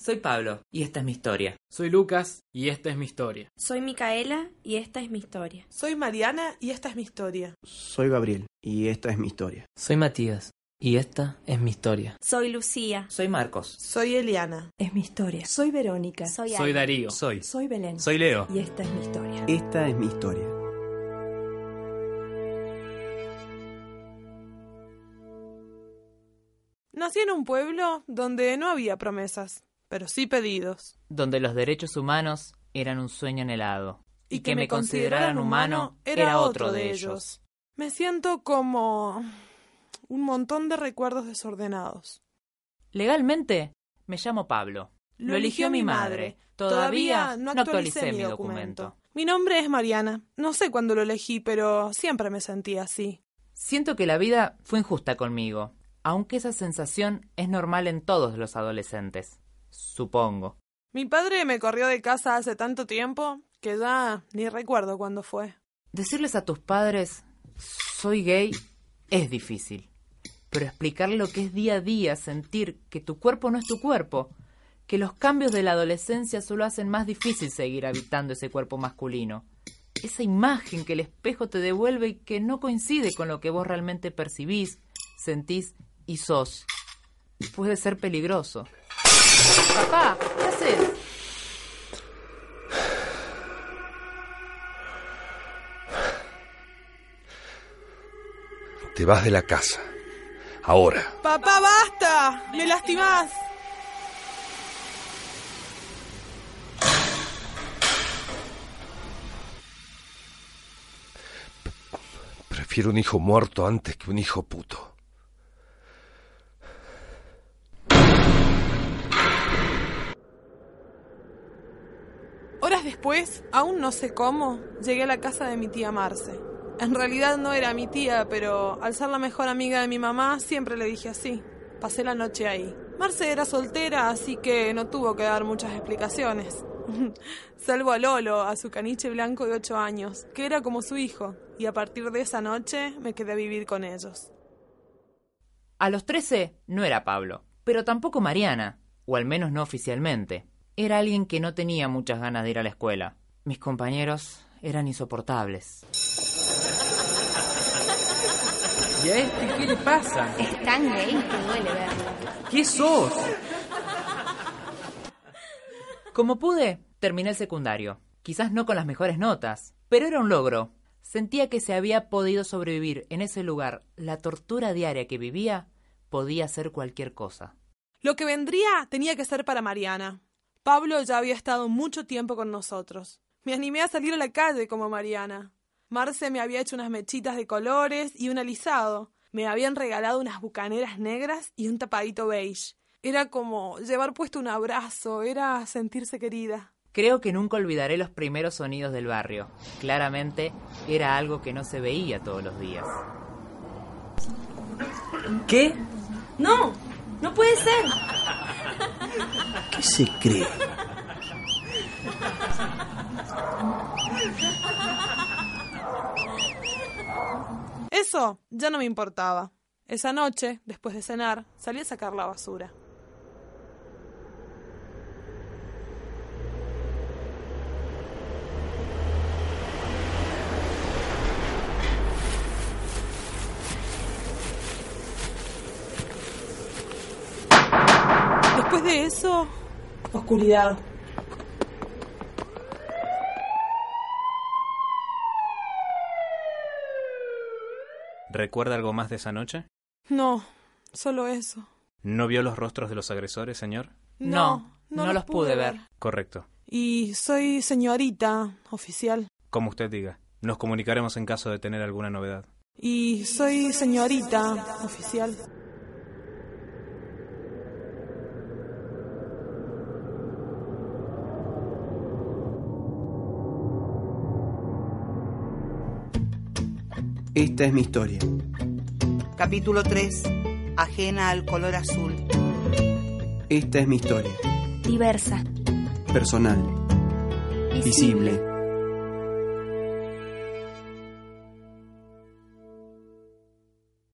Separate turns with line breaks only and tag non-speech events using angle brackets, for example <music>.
Soy Pablo y esta es mi historia.
Soy Lucas y esta es mi historia.
Soy Micaela y esta es mi historia.
Soy Mariana y esta es mi historia.
Soy Gabriel y esta es mi historia.
Soy Matías y esta es mi historia.
Soy Lucía.
Soy Marcos.
Soy Eliana.
Es mi historia. Soy Verónica.
Soy,
Soy
Ana.
Darío.
Soy.
Soy Belén.
Soy Leo.
Y esta es mi historia.
Esta es mi historia.
Nací en un pueblo donde no había promesas, pero sí pedidos.
donde los derechos humanos eran un sueño anhelado.
Y, que, me consideraran humano era, otro de ellos. Me siento como un montón de recuerdos desordenados.
Legalmente, me llamo Pablo. Lo eligió mi madre. Todavía no actualicé mi documento.
Mi nombre es Mariana. No sé cuándo lo elegí, pero siempre me sentí así.
Siento que la vida fue injusta conmigo, aunque esa sensación es normal en todos los adolescentes. Supongo.
Mi padre me corrió de casa hace tanto tiempo que ya ni recuerdo cuándo fue.
Decirles a tus padres soy gay es difícil, pero explicar lo que es día a día sentir que tu cuerpo no es tu cuerpo, que los cambios de la adolescencia solo hacen más difícil seguir habitando ese cuerpo masculino, esa imagen que el espejo te devuelve y que no coincide con lo que vos realmente percibís, sentís y sos, puede ser peligroso. Papá, ¿qué haces?
Te vas de la casa. Ahora.
¡Papá, basta! ¡Me lastimás!
Prefiero un hijo muerto antes que un hijo puto.
Horas después, aún no sé cómo, llegué a la casa de mi tía Marce. En realidad no era mi tía, pero al ser la mejor amiga de mi mamá, siempre le dije así. Pasé la noche ahí. Marce era soltera, así que no tuvo que dar muchas explicaciones. <laughs> Salvo a Lolo, a su caniche blanco de ocho años, que era como su hijo, y a partir de esa noche me quedé a vivir con ellos.
A los 13 no era Pablo, pero tampoco Mariana, o al menos no oficialmente. Era alguien que no tenía muchas ganas de ir a la escuela. Mis compañeros eran insoportables.
¿Y a este qué le pasa?
Es tan gay que duele verlo.
¿Qué sos?
Como pude, terminé el secundario. Quizás no con las mejores notas, pero era un logro. Sentía que se había podido sobrevivir en ese lugar. La tortura diaria que vivía podía ser cualquier cosa.
Lo que vendría tenía que ser para Mariana. Pablo ya había estado mucho tiempo con nosotros. Me animé a salir a la calle como Mariana. Marce me había hecho unas mechitas de colores y un alisado. Me habían regalado unas bucaneras negras y un tapadito beige. Era como llevar puesto un abrazo, era sentirse querida.
Creo que nunca olvidaré los primeros sonidos del barrio. Claramente era algo que no se veía todos los días.
¿Qué?
No, no puede ser.
¿Qué se cree?
Eso ya no me importaba. Esa noche, después de cenar, salí a sacar la basura. Después de eso, oscuridad.
¿Recuerda algo más de esa noche?
No, solo eso.
¿No vio los rostros de los agresores, señor?
No, no los pude ver.
Correcto.
Y soy señorita oficial.
Como usted diga. Nos comunicaremos en caso de tener alguna novedad.
Y soy señorita oficial.
Esta es mi historia.
Capítulo 3. Ajena al color azul.
Esta es mi historia.
Diversa.
Personal. Visible.